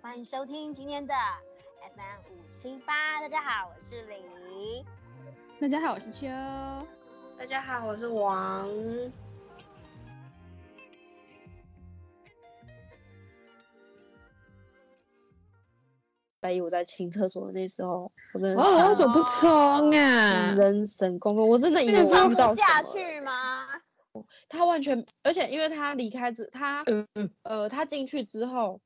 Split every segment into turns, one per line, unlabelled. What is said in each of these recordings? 欢迎收听今天的 FM 五七八。大家好，我是李。
大家好，我是秋。
大家好，我是王。
大一我在清厕所的那时候，我真的是
哦，为什么不冲啊？
人神共愤，我真的以为
那个时候
我
撑
遇
不
到什
下
么了。
去吗？
他完全，而且因为他离开之，他呃，他进去之后，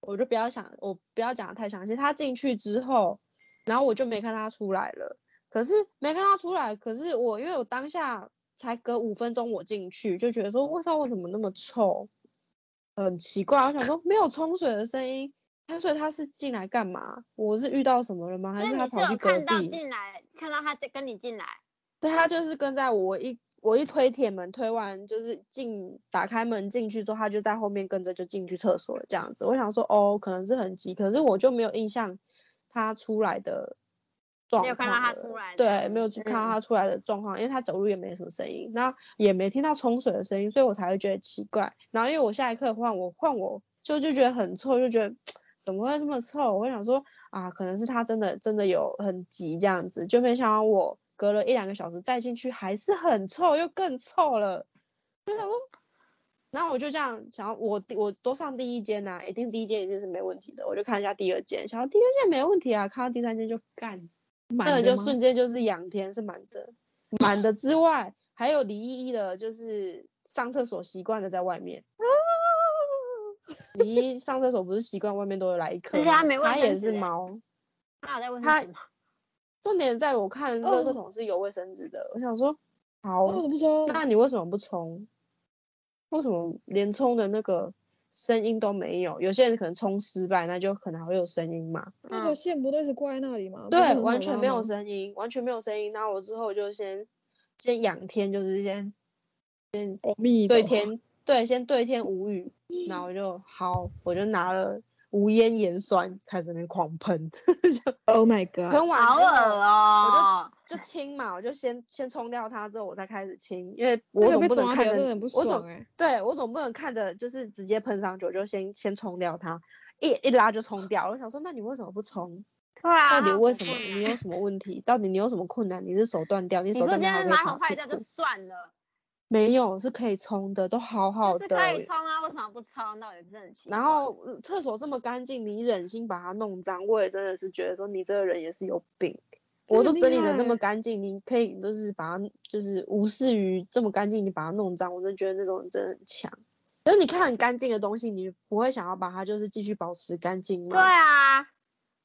我就不要想，我不要讲的太详细。他进去之后，然后我就没看他出来了。可是没看他出来，可是我因为我当下才隔五分钟我进去，就觉得说，我操，为什么那么臭？很奇怪，我想说没有冲水的声音，他所以他是进来干嘛？我是遇到什么了吗？
就
还
是
他
你是
跑去
有
隔
看
壁？
到进来，看到他在跟你进来，
对，他就是跟在我一我一推铁门，推完就是进打开门进去之后，他就在后面跟着就进去厕所了这样子。我想说哦，可能是很急，可是我就没有印象他出来的状
没有
况了，
看到他出来嗯这
对，
样
没有
子
去看到他出来的状况，因为他走路也没什么声音，那也没听到冲水的声音，所以我才会觉得奇怪。然后因为我下一刻换我换我就就觉得很臭，就觉得怎么会这么臭？我会想说啊，可能是他真的真的有很急这样子，就没想到我隔了一两个小时再进去还是很臭，又更臭了。就想说，然后我就这样想要，我我都上第一间呐、一定第一间一定是没问题的，我就看一下第二间，想要第二间没问题啊，看到第三间就干，
满
那
了
就
吗
瞬间就是仰天是满的，满的之外还有李依依的，就是上厕所习惯的在外面。
啊
李依上厕所不是习惯外面都有来一颗
而
吗，
且她没卫
她也
生纸
是
欸
猫，
他有在问
他
什么？
重点在我看
哦
垃圾桶是有卫生纸的，我想说，好，
哦我不冲。
那你为什么不冲？为什么连冲的那个声音都没有？有些人可能冲失败，那就可能还会有声音嘛。
嗯
那条线不都一直挂在那里吗？不是啊
对，
很
完
好
全
拉
没有
吗。
声音，完全没有声音。那我之后就先先仰天，就是先
哦，密
对
的
天，对，先对天无语。然后我就好，我就拿了无烟盐酸开始在那边狂 喷，就
，Oh my God！
喷完
好
之后
恶
啊
哦！
就清嘛，我就先先冲掉它，之后我再开始清，因为
那
我
个
总
被
不能
抓
看
起
着
来真的很不
我
爽
总
哎。
对我总不能看着就是直接喷上去，我就先先冲掉它，一一拉就冲掉了。我想说，那你为什么不冲？
对啊，
到底为什么？
嗯
你有什么问题？到底你有什么困难？你是手断掉？你
你
手
说
断
今
掉还
天
可以
马
擦
桶坏
屁
掉就
股
算了，
没有，是可以冲的，都好好
就是
的。
可以冲啊，为什么不冲？到底真的奇怪
然后嗯厕所这么干净，你忍心把它弄脏，我也真的是觉得说你这个人也是有病。
真
我
的
都
厉
整理的那
害
么干净，你可以就是把它就是无视于这么干净，你把它弄脏，我真的觉得那种人真的很强。就是你看很干净的东西，你不会想要把它就是继续保持干净吗？
对，啊，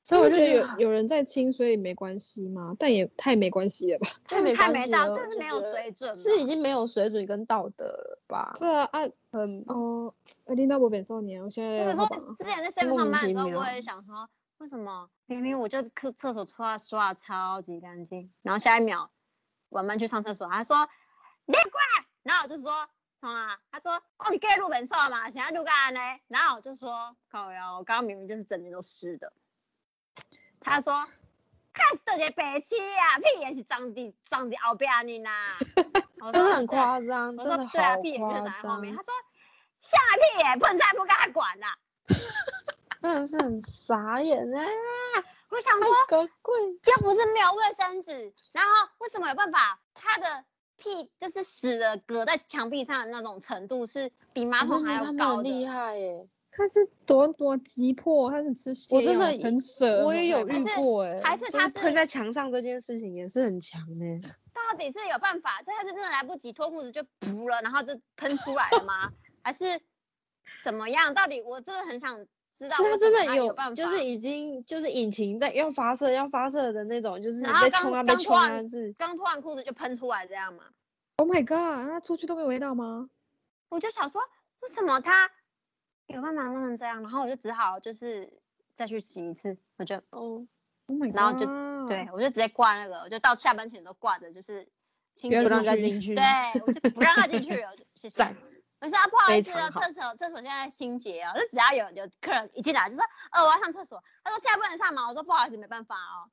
所以我就
就
觉
觉得
得
有有人在清，所以没关系嘛，但也太没关系了吧？
太没
太
关
没
系
到，
了
这是
就
没有
觉得
水准嘛，
是已经没有水准跟道德了吧？
对啊 啊
很
哦，啊领导我本少年，我现在
或者
好
说
吧
之前在 seven
莫
上
名
班的
其
时候，我
妙
也想说，为什么明明我就厕厕所刷刷得超级干净，然后下一秒婉曼去上厕所，她说你很怪，然后我就说什么啊？她说哦你 gay 录本少嘛，想要录干呢？然后我就说靠呀，我刚刚明明就是整天都湿的。她说。看是这些白痴啊，屁眼是长的长的后边你 啦，我
真
说
的很
对
夸张，
我
真
说
的
对啊，
好
屁眼就是
夸
长在后面。
张
他说下屁眼碰菜不跟他管啦、
真的是很傻眼哎、
我想说，
太可贵。
又不是没有卫生纸，然后为什么有办法？他的屁就是屎的隔在墙壁上的那种程度，是比马
我
桶
真觉
还
得
要
他们
高
很厉
的。
害耶！
他是多多急迫，他是吃泻
我真
药
的
很舍，
我也有
还
遇
是
过哎、
还是
就
他是
喷在墙上这件事情也是很强呢、
到底是有办法？这他是真的来不及脱裤子就噗了，然后就喷出来了吗？还是怎么样？到底我真的很想知道
是
为
他
什
真
么
的
他有办法，
就是已经就是引擎在要发射要发射的那种，就是
然后
被
刚
冲啊被
刚脱
冲啊
完
是。
刚脱完裤子就喷出来这样吗？
Oh my god！那出去都没有味道吗？
我就想说，为什么他有办法弄成这样？然后我就只好就是再去洗一次，我就
哦，
Oh my god！
然后就对，
嗯
我就直接挂那个，我就到下班前都挂着，就是清
不要
不
洁
让
进
他
去
进去。
对，我就不让他进去了，我 就谢谢
赞。
我就说啊，不好意
非
思啊，
常好
厕所厕所现在清洁哦，就只要有有客人一进来就说，呃，我要上厕所，他说现在不能上嘛，我说不好意思，没办法哦。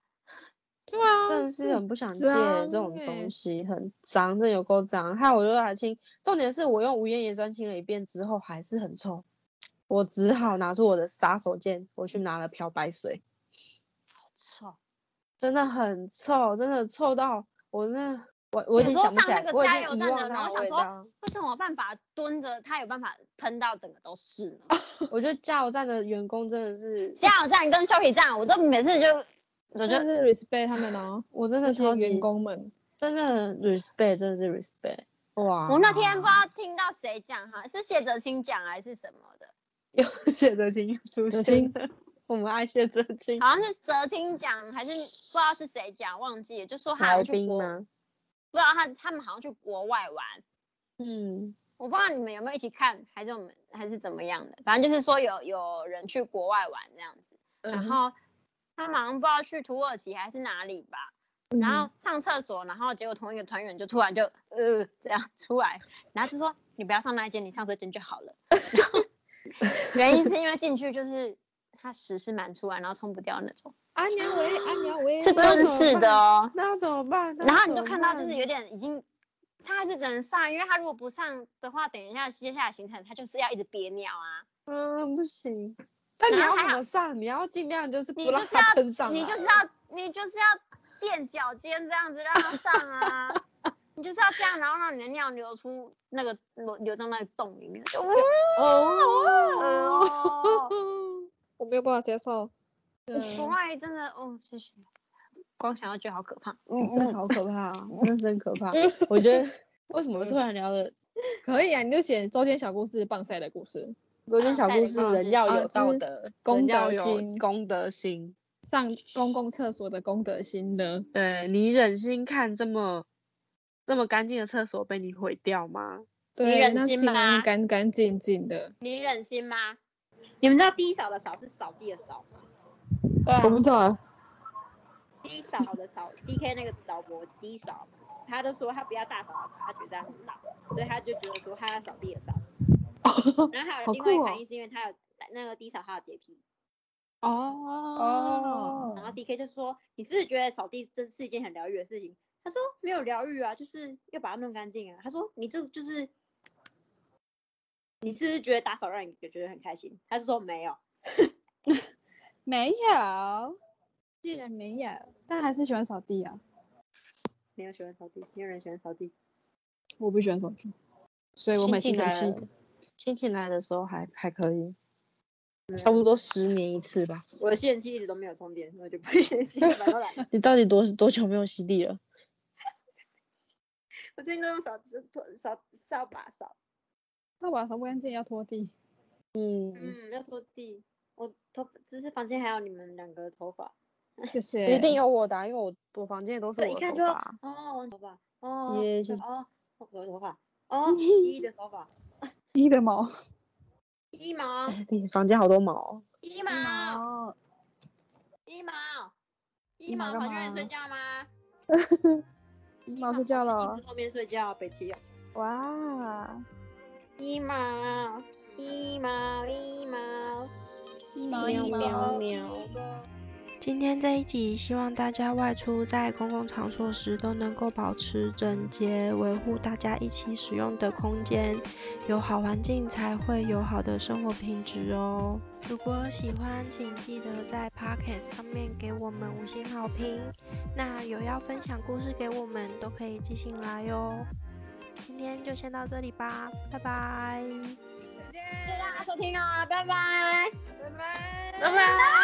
对啊，
真的是很不想接
脏
啊
这种
欸
东西，很脏，真的有够脏。害我又来清，重点是我用无盐盐酸清了一遍之后还是很臭，我只好拿出我的杀手锏，我去拿了漂白水，
臭。
真的很臭，真的臭到我那我我已
有
经
时候
想不
上
起
那
来，
个
我已
加油
经遗
站的，
忘
然
它
后
的
想
味
说
道。
为什么我办法蹲着，它有办法喷到整个都是呢？
我觉得加油站的员工真的是，
加油站跟休息站，我都每次就我
我
就
就是 respect 他们哦，
我真
那
的
些
超级
员工们，
真的很 respect，真的是 respect。哇，
我那天不知道听到谁讲哈，是谢哲青讲还是什么的，
有 谢哲青又出
哲
现
青
了，我们爱谢哲青。
好像是哲青讲还是不知道是谁讲，忘记了，就说他
来
要去
宾
国，
吗？
不知道他他们好像去国外玩，
嗯，
我不知道你们有没有一起看，还是我们还是怎么样的，反正就是说有有人去国外玩这样子，然
嗯
后他们好像不知道去土耳其还是哪里吧，
嗯
然后上厕所，然后结果同一个团员就突然就呃这样出来，然后就说你不要上那一间，你上这间就好 了。然后原因是因为进去就是它屎是满出来，然后冲不掉那种，
阿娘喂，阿娘喂，
是
那
蹲
怎么
式的
办
哦。
那要怎么办？那
然
要
后你
啊怎
就
么
看到就是
办
有点已经，他还是只能上，因为他如果不上的话，等一下接下来行程他就是要一直憋尿啊，
嗯不行。但你
然
要
后还
怎
好
么上？你要尽量就是
你
不
就
让
是
它喷
要
上来。
你就是要你就是要垫脚尖这样子让它上啊。你就是要这样，然后让你的尿流出那个流流到那个洞里面，就呜
哦。
哦，
我没有办法接受，
嗯
国外真的哦，谢谢。光想要觉得好可怕，
那好可怕啊！那真可 怕。我觉得为什么
嗯
会突然聊的？
可以啊，你就写周天小故事、棒赛的故事，
昨天
啊
小
赛
故
里
事，
面
人
是
要
啊
有道
是
德，人
公
要
德
有
心
公德心。
上公共厕所的公德心呢？
对你忍心看这么这么干净的厕所被你毁掉吗？
对，
忍
那
心
请
吗
安干干净净的。
你忍心吗？你们知道低扫的扫是扫地的扫吗？
对啊
我不知道啊，
低扫的扫，DK 那个导播低扫，他就说他不要大扫的扫，他觉得这样很老，所以他就觉得说他要扫地的扫。然后还有
哦好
另外一个
酷哦
含义是因为他有那个低扫他有洁癖，
哦，
然后 DK 就说你是不是觉得扫地这是一件很疗愈的事情？他说没有疗愈啊，就是要把它弄干净啊。他说你这就是。你是不是觉得打扫让你觉得很开心？他是说没有，
没有，既然没有，但还是喜欢扫地啊。
没有喜欢扫地，没有人喜欢扫地。
我不喜欢扫地，所以我
新
买吸
进
尘
来
器
的。新进来的时候还还可以，
啊
差不多十年一次吧。
我的吸尘器一直都没有充电，所以我就不会吸吸，反正懒得
你到底多多久没有吸地了？
我最近都用扫帚、拖扫扫把扫，
那我扫不干净要拖地。
嗯，
嗯，要拖地。我头只是房间还有你们两个的头发，
谢谢。
一定有我的啊、因为我我房间也都是
对，
我
一
的
看
头
就
发啊。
哦，我的头发，哦，
耶
对
谢谢
哦，我的头发，哦，一的头发，
一的毛。
一毛，
哎你房间好多毛哦，
一毛，一毛，一
一毛
毛
干
跑去那边睡
嘛
觉吗？
一
E
一
毛睡觉
跑去
了
哦
镜子。后面睡觉，北齐哦。
哇，
一毛，一毛，一毛，
一
E
毛一毛喵
今天这一集，希望大家外出在公共场所时都能够保持整洁，维护大家一起使用的空间。有好环境才会有好的生活品质哦。如果喜欢，请记得在 Pocket 上面给我们五星好评。那有要分享故事给我们，都可以寄信来哦。今天就先到这里吧，拜拜。
谢谢大家收听哦，拜拜。
拜拜。
拜拜。